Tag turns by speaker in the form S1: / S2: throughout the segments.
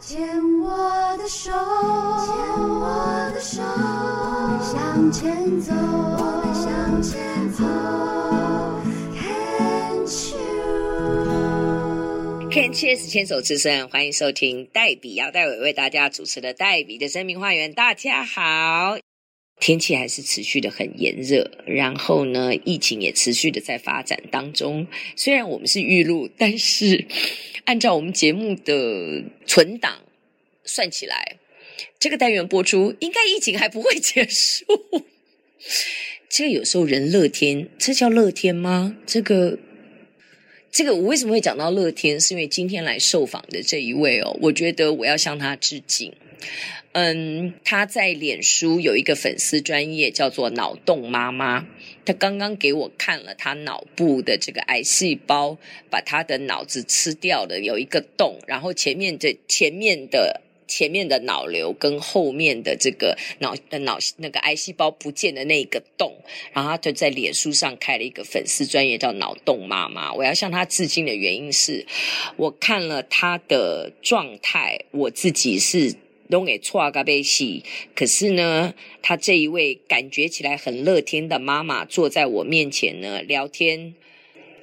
S1: 牵我的手，牵我的手，我们向前走，我们向前走。Can't you？
S2: Can Cheers 牵手之声，欢迎收听黛比姚黛伟为大家主持的《黛比的生命花园》。大家好，天气还是持续的很炎热，然后呢，疫情也持续的在发展当中。虽然我们是预录，但是按照我们节目的存档算起来，这个单元播出应该疫情还不会结束。 这有时候人乐天，这叫乐天吗？这个这个我为什么会讲到乐天？是因为今天来受访的这一位哦，我觉得我要向他致敬。嗯，他在脸书有一个粉丝专业叫做“脑洞妈妈”，他刚刚给我看了他脑部的这个癌细胞把他的脑子吃掉了，有一个洞，然后前面的前面的前面的脑瘤跟后面的这个脑呃脑那个癌细胞不见的那一个洞，然后他就在脸书上开了一个粉丝专业叫“脑洞妈妈”。我要向他致敬的原因是，我看了他的状态，我自己是都给错啊嘎被戏。可是呢，他这一位感觉起来很乐天的妈妈坐在我面前呢聊天，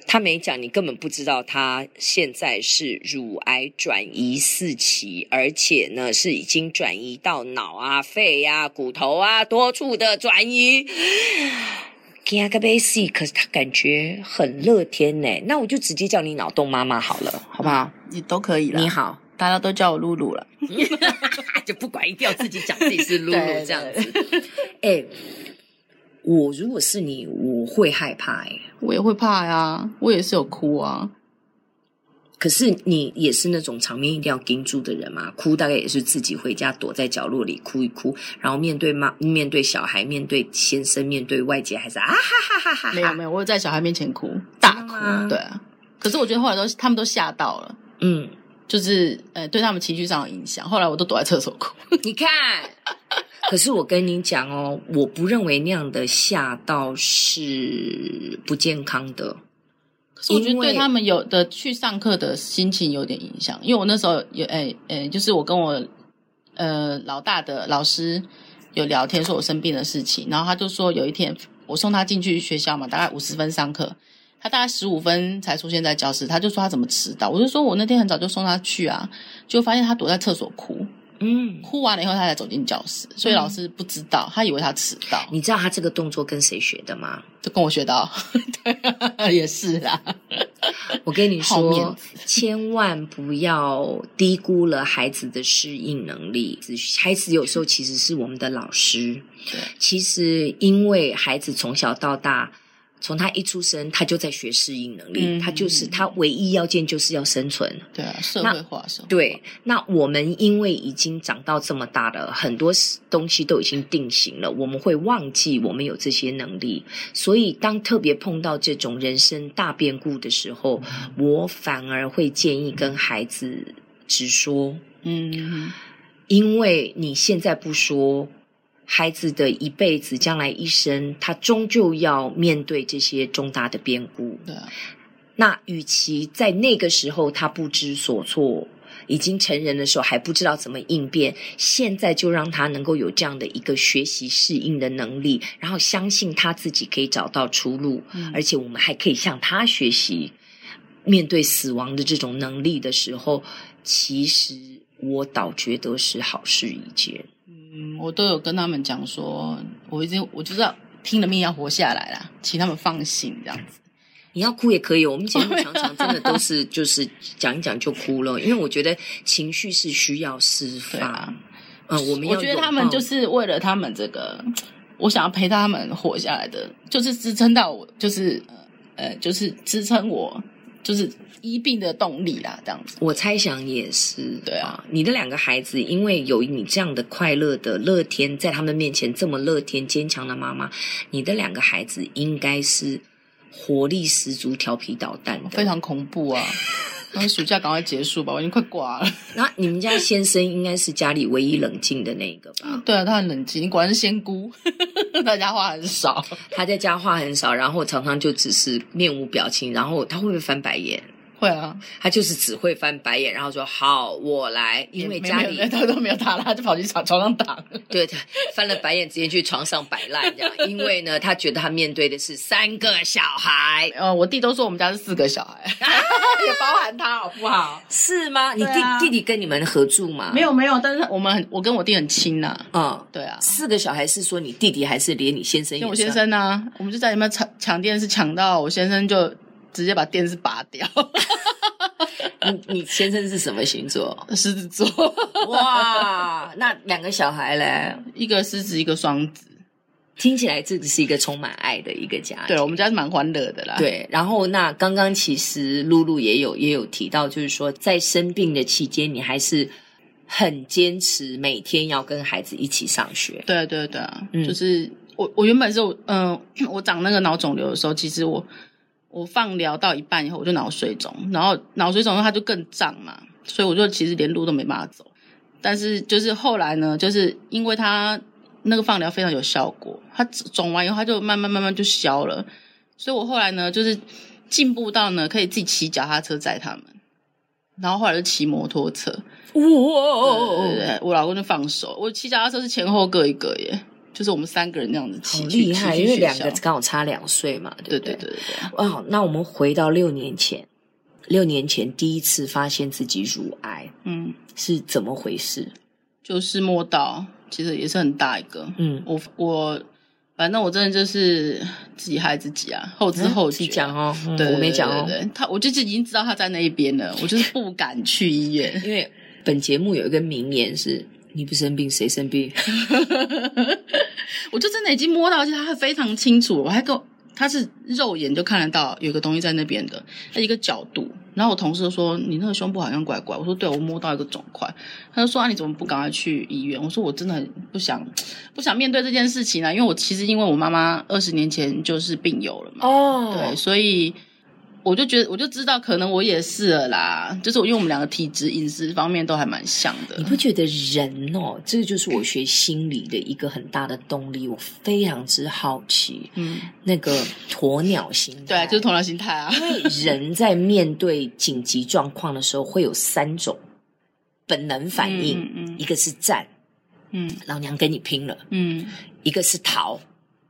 S2: 她没讲，你根本不知道她现在是乳癌转移四期，而且呢是已经转移到脑啊、肺啊、骨头啊多处的转移。惊个被死，可是她感觉很乐天呢、那我就直接叫你脑洞妈妈好了，好不好？
S3: 你都可以啦。
S2: 你，好。
S3: 大家都叫我露露了。
S2: 就不管一定要自己讲自己是露
S3: 对
S2: 露这样子。哎、我如果是你，我会害怕哎、
S3: 我也会怕呀、我也是有哭啊。
S2: 可是你也是那种场面一定要盯住的人嘛，哭大概也是自己回家躲在角落里哭一哭，然后面对妈、面对小孩、面对先生、面对外界，还是啊哈哈哈哈哈。
S3: 没有没有，我有在小孩面前哭，大哭
S2: 真的吗。
S3: 对啊，可是我觉得后来都他们都吓到了，
S2: 嗯，
S3: 就是呃对他们情绪上有影响。后来我都躲在厕所哭。
S2: 你看， 可是我跟你讲哦，我不认为那样的吓到是不健康的。
S3: 可是我觉
S2: 因
S3: 得
S2: 为
S3: 对他们有的去上课的心情有点影响，因为我那时候有诶诶，就是我跟我呃老大的老师有聊天，说我生病的事情，然后他就说有一天我送他进去学校嘛，大概五十分上课，他大概十五分才出现在教室，他就说他怎么迟到，我就说我那天很早就送他去啊，就发现他躲在厕所哭，
S2: 嗯，
S3: 哭完了以后他才走进教室，所以老师不知道，他以为他迟到，
S2: 你知道他这个动作跟谁学的吗？
S3: 就跟我学到，
S2: 嗯
S3: 对，啊也是啦，
S2: 我跟你
S3: 好面
S2: 说，千万不要低估了孩子的适应能力。孩子有时候其实是我们的老师。
S3: 对。
S2: 其实，因为孩子从小到大，从他一出生，他就在学适应能力，
S3: 嗯
S2: 他就是他唯一要件就是要生存。
S3: 对啊，社
S2: 那
S3: 会化，社会化
S2: 对，那我们因为已经长到这么大了，很多东西都已经定型了，我们会忘记我们有这些能力。所以，当特别碰到这种人生大变故的时候，我反而会建议跟孩子直说，
S3: 嗯，
S2: 因为你现在不说。孩子的一辈子，将来一生，他终究要面对这些重大的变故。
S3: 对啊，
S2: 那与其在那个时候他不知所措，已经成人的时候还不知道怎么应变，现在就让他能够有这样的一个学习适应的能力，然后相信他自己可以找到出路，
S3: 嗯
S2: 而且我们还可以向他学习面对死亡的这种能力的时候，其实我倒觉得是好事一件。
S3: 嗯，我都有跟他们讲说，我已经我就知道拼了命要活下来啦，请他们放心这样子。
S2: 你要哭也可以，哦我们节目常常真的都是就是讲一讲就哭了，因为我觉得情绪是需要释
S3: 对
S2: 放。
S3: 啊，
S2: 嗯，我们
S3: 我
S2: 要
S3: 觉得
S2: 拥
S3: 他们
S2: 抱
S3: 就是为了他们这个，我想要陪他们活下来的，就是支撑到我，就是呃呃，就是支撑我，就是医病的动力啦，这样子。
S2: 我猜想也是，
S3: 对啊，
S2: 你的两个孩子，因为有你这样的快乐的乐天，在他们面前这么乐天坚强的妈妈，你的两个孩子应该是活力十足、调皮捣蛋的。
S3: 非。常恐 怖啊！那暑假赶快结束吧，我已经快挂了。
S2: 那你们家先生应该是家里唯一冷静的那一个吧？
S3: 对啊，他很冷静，果然是仙姑， 大家话很少。
S2: 他在家话很少，然后常常就只是面无表情，然后他会不会翻白眼？
S3: 会啊，
S2: 他就是只会翻白眼，然后说好我来，因为
S3: 也没
S2: 家
S3: 没
S2: 里
S3: 有他 都没有打了，他就跑去床床上打了。
S2: 对他翻了白眼，直接去床上摆烂这样，因为呢，他觉得他面对的是三个小孩，
S3: 呃，我弟都说我们家是四个小 孩，啊也包含他好不好？
S2: 是吗？你
S3: 对
S2: 弟、
S3: 啊
S2: 弟弟跟你们合住吗？
S3: 没，有没有，但是我们很，我跟我弟很亲呐、
S2: 嗯，
S3: 对啊，
S2: 四个小孩是说你弟弟还是连你先生也
S3: 因为
S2: 算？
S3: 我先生呢、我们就在里面抢抢电视，抢到我先生就直接把电视拔掉，
S2: 你你先生是什么星 座？
S3: 狮子座，
S2: 哇， 那两个小孩嘞，
S3: 一个狮子，一个双子，
S2: 听起来这个是一个充满爱的一个家庭。
S3: 对我哦们家是蛮欢乐的啦。，
S2: 对，然后那刚刚其实露露也有也有提到，就是说在生病的期间，你还是很坚持每天要跟孩子一起上学。
S3: 对对对啊，
S2: 嗯
S3: 就是我我原本是我嗯、我长那个脑肿瘤的时候，其实我我放疗到一半以后我就脑水肿，然后脑水肿的话它就更胀嘛，所以我就其实连路都没办法走。但是就是后来呢，就是因为它那个放疗非常有效果，它肿完以后它就慢慢慢慢就消了，所以我后来呢就是进步到呢可以自己骑脚踏车载他们，然后后来就骑摩托车，
S2: 哇、
S3: 对对对，我老公就放手。我骑脚踏车是前后各一个耶，就是我们三个人那样子骑
S2: 好
S3: 去，
S2: 厉害！
S3: 骑去
S2: 因为两
S3: 学校
S2: 个刚好差两岁嘛，对
S3: 对
S2: 不对
S3: 对对对对，
S2: 哇，那我们回到六年前，六年前第一次发现自己乳癌
S3: 嗯，
S2: 是怎么回事？
S3: 就是摸到，其实也是很大一个。
S2: 嗯，
S3: 我我反正我真的就是自己害自己啊，后知后
S2: 自己
S3: 觉。
S2: 讲哦，嗯
S3: 对，对
S2: 我没讲哦
S3: 对，对对他我就是已经知道他在那一边了，我就是不敢去医院。
S2: 因为本节目有一个名言是：你不生病谁生病？
S3: 我就真的已经摸到，而且他非常清楚，我还跟我他是肉眼就看得到有个东西在那边的，那一个角度。然后我同事就说：“你那个胸部好像怪怪。”我说：“对，啊我摸到一个肿块。”他就说：“啊，你怎么不赶快去医院？”我说：“我真的很不想不想面对这件事情啊，因为我其实因为我妈妈二十年前就是病友了嘛，
S2: 哦
S3: 对，所以我就觉得我就知道可能我也是了啦，就是我因为我们两个体质、饮食方面都还蛮像的。
S2: 你不觉得人哦，这个就是我学心理的一个很大的动力。我非常之好奇
S3: 嗯，
S2: 那个鸵鸟心
S3: 对啊，
S2: 态，
S3: 就是同样心态啊。”
S2: 因为人在面对紧急状况的时候，会有三种本能反应：
S3: 嗯
S2: 一个是战，
S3: 嗯嗯
S2: 老娘跟你拼了；
S3: 嗯，
S2: 一个是逃。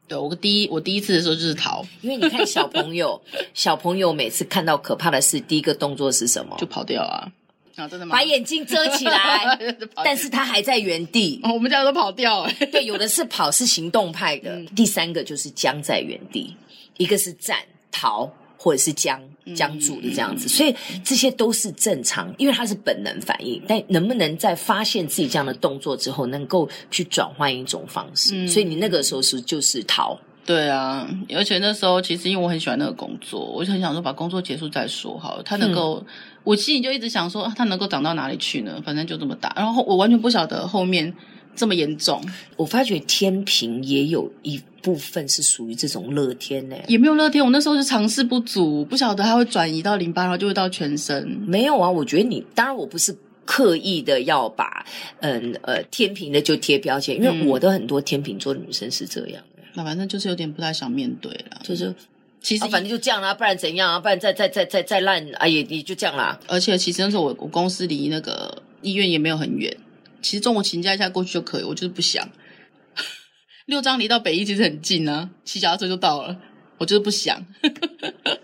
S3: 对我第一我第一次的时候就是逃，
S2: 因为你看小朋 友，小朋友每次看到可怕的事，第一个动作是什么
S3: 就？跑掉啊啊！真的吗？，
S2: 把眼睛遮起来
S3: 就跑掉
S2: 但是他还在原地。
S3: 哦我们家都跑掉哎、
S2: 对，有的是跑，是行动派的。
S3: 嗯
S2: 第三个就是僵在原地，一个是站、逃或者是僵
S3: 嗯
S2: 僵住的这样子，所以这些都是正常，因为它是本能反应。但能不能在发现自己这样的动作之后，能够去转换一种方式？
S3: 嗯
S2: 所以你那个时候是就是逃，
S3: 对啊，而且那时候其实因为我很喜欢那个工作，我就很想说把工作结束再说好了。他能够，我心里就一直想说、啊、他能够长到哪里去呢？反正就这么大，然后我完全不晓得后面这么严重，
S2: 我发觉天平也有一部分是属于这种乐天呢、
S3: 也没有乐天。我那时候就尝试不足，不晓得它会转移到淋巴，然后就会到全身。
S2: 没有啊，我觉得你当然我不是刻意的要把嗯呃天平的就贴标签，因为
S3: 嗯
S2: 我的很多天秤座女生是这样的，
S3: 那反正就是有点不太想面对了。
S2: 就是、
S3: 其实
S2: 啊、反正就这样啦、不然怎样啊？不然再再再再再烂啊也也就这样啦、
S3: 而且其实那时候我我公司离那个医院也没有很远，其实中午请假一下过去就可以，我就是不想。 六张离到北医其实很近啊，骑脚踏车就到了，我就是不想。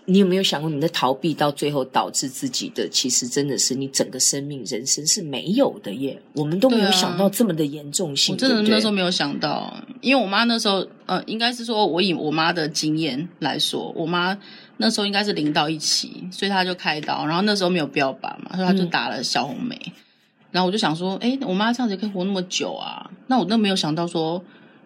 S2: 你有没有想过，你的逃避到最后导致自己的，其实真的是你整个生命人生是没有的耶？我们都没有
S3: 对啊
S2: 想到这么的严重性，
S3: 啊我真的
S2: 对不对
S3: 那时候没有想到，因为我妈那时候，呃，应该是说我以我妈的经验来说，我妈那时候应该是零到一期，所以她就开刀，然后那时候没有标靶嘛，所以她就
S2: 嗯
S3: 打了小红梅。然后我就想说，诶，我妈这样子可以活那么久啊？那我都没有想到说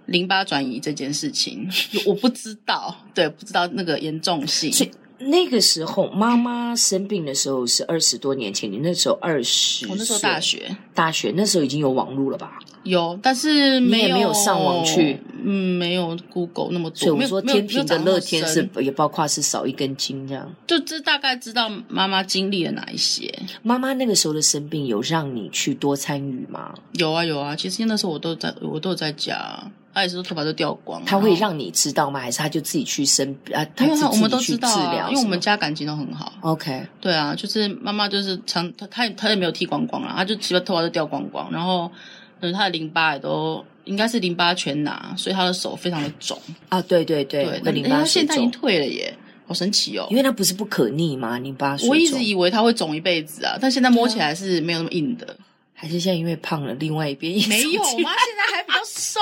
S3: 淋巴转移这件事情，我不知道，对，不知道那个严重性。
S2: 所以那个时候，妈妈生病的时候是二十多年前，你那时候二十，
S3: 我那时候大，学
S2: 大学那时候已经有网络了吧？
S3: 有，但是
S2: 你
S3: 没
S2: 也
S3: 有
S2: 没有上网去，
S3: 嗯，没有 Google 那么
S2: 所以
S3: 多。
S2: 我
S3: 没
S2: 们
S3: 有
S2: 说
S3: 没有
S2: 天平
S3: 没有
S2: 的
S3: 长那么
S2: 乐天
S3: 深
S2: 是也包括是少一根筋这样。
S3: 就知大概知道妈妈经历了哪一些。
S2: 妈妈那个时候的生病有让你去多参与吗？
S3: 有啊有啊，其实那时候我都在，我都有在家。他也是说头发都掉光。
S2: 他会
S3: 然后
S2: 让你知道吗？还是他就自己去生啊？他
S3: 哦没有
S2: 自
S3: 他，我们都
S2: 己去
S3: 知
S2: 治
S3: 道啊
S2: 疗，
S3: 因为我们
S2: 是吗
S3: 家感情都很好。
S2: OK
S3: 对啊，就是妈妈就是常她她也她也没有剃光光啦，她就基本头发都掉光光，然后嗯她的淋巴也都应该是淋巴全拿，所以她的手非常的肿。
S2: 啊，对对对，
S3: 对，
S2: 那
S3: 那
S2: 淋
S3: 哎
S2: 巴
S3: 她
S2: 水
S3: 现在已经
S2: 肿，
S3: 退了耶，好神奇哦
S2: 因！为它不是不可逆吗？淋巴水肿，
S3: 我一直以为她会肿一辈子啊，但现在摸起来是没有那么硬的。
S2: 还是现在因为胖了，另外一边也
S3: 没有
S2: 肿起来。
S3: 吗？现在还比较瘦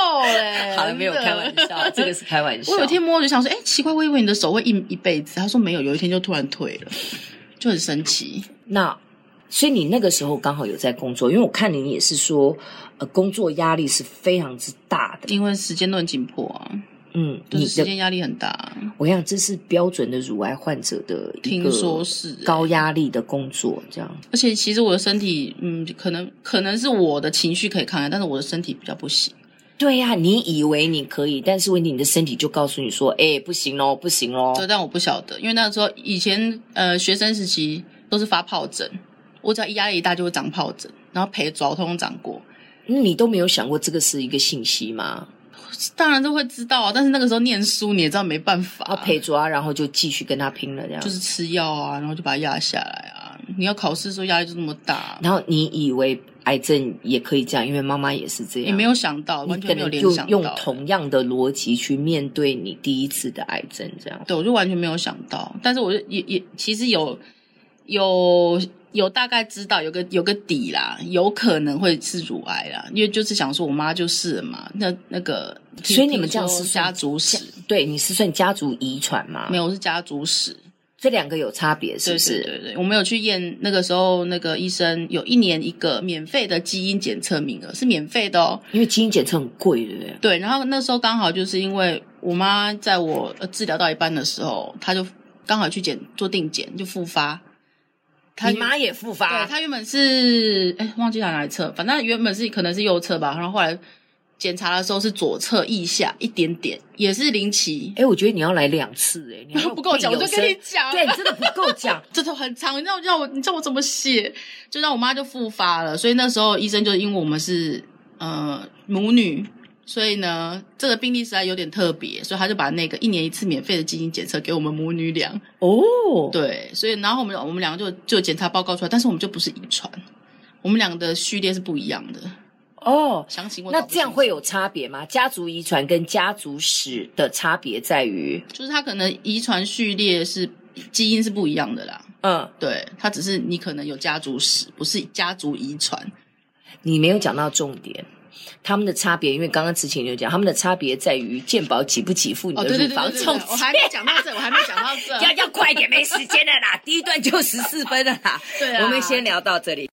S3: 嘞
S2: 好了，没有
S3: 真的
S2: 开玩笑，这个是开玩笑。
S3: 我有一天摸就想说，哎、奇怪，我以为你的手会硬一辈子。他说没有，有一天就突然退 了，就很神奇。
S2: 那，所以你那个时候刚好有在工作，因为我看你也是说，呃，工作压力是非常之大的。
S3: 因为时间都很紧迫啊，
S2: 嗯，
S3: 就是
S2: 你
S3: 时
S2: 的，
S3: 间压力很大。
S2: 我想这是标准的乳癌患者的一个
S3: 听说是欸
S2: 高压力的工作，这样。
S3: 而且其实我的身体，嗯，可能可能是我的情绪可以抗压，但是我的身体比较不行。
S2: 对呀、你以为你可以，但是问题你的身体就告诉你说，哎，不行喽，不行喽。
S3: 对，但我不晓得，因为那时候以前呃学生时期都是发疱疹，我只要一压力一大就会长疱疹，然后陪爪通通长过。
S2: 那嗯你都没有想过这个是一个信息吗？
S3: 当然都会知道啊，但是那个时候念书你也知道没办法
S2: 啊，陪着啊，然后就继续跟他拼了，这样。
S3: 就是吃药啊，然后就把它压下来啊。你要考试的时候压力就这么大，
S2: 然后你以为癌症也可以这样，因为妈妈也是这样。
S3: 也没有想到，
S2: 你
S3: 完
S2: 可
S3: 全没有
S2: 能
S3: 联
S2: 就
S3: 想到。
S2: 用同样的逻辑去面对你第一次的癌症，这样。
S3: 对，我就完全没有想到，但是我就也也其实有有有大概知道有个有个底啦，有可能会是乳癌啦，因为就是想说我妈就是了嘛，那那个听
S2: 所以你们
S3: 听
S2: 这样
S3: 说
S2: 是算啊
S3: 家族史，
S2: 对，你是算家族遗传吗？
S3: 没
S2: 有，
S3: 有我是家族史，
S2: 这两个有差别，是
S3: 对
S2: 不是？
S3: 对对对，我们有去验，那个时候那个医生有一年一个免费的基因检测名额是免费的哦，
S2: 因为基因检测很贵，对不对？
S3: 对，然后那时候刚好就是因为我妈在我呃治疗到一半的时候，她就刚好去检做定检就复发。她
S2: 你妈也复发
S3: 对，，他原本是哎忘记打哪一侧，反正原本是可能是右侧吧，然后后来检查的时候是左侧腋下一点点，也是零期，
S2: 哎，我觉得你要来两次，哎，你还
S3: 不够讲，我就跟你讲，
S2: 对，你真的不够
S3: 。
S2: 讲
S3: 这都很长，你知道让我你知道我怎么写，就让我妈就复发了，所以那时候医生就因为我们是呃母女。所以呢，这个病例实在有点特别，所以他就把那个一年一次免费的基因检测给我们母女俩。
S2: 哦，
S3: 对，所以然后我们我们两个就就检查报告出来，但是我们就不是遗传，我们俩的序列是不一样的，
S2: 哦，
S3: 详情我
S2: 那
S3: 搞不
S2: 这样
S3: 清楚
S2: 会有差别吗？家族遗传跟家族史的差别在于，
S3: 就是他可能遗传序列是基因是不一样的啦，
S2: 嗯，
S3: 对，他只是你可能有家族史，不是家族遗传，
S2: 你没有讲到重点。他们的差别，因为刚刚之前有讲，他们的差别在于健保给不给付你
S3: 哦，
S2: 的
S3: 对对
S2: 乳
S3: 对
S2: 房
S3: 对对对
S2: 重
S3: 我还没讲到这，我还没 讲到这，
S2: 要要快一点，没时间了啦，第一段就十四分了啦。
S3: 对啊
S2: 我们先聊到这里。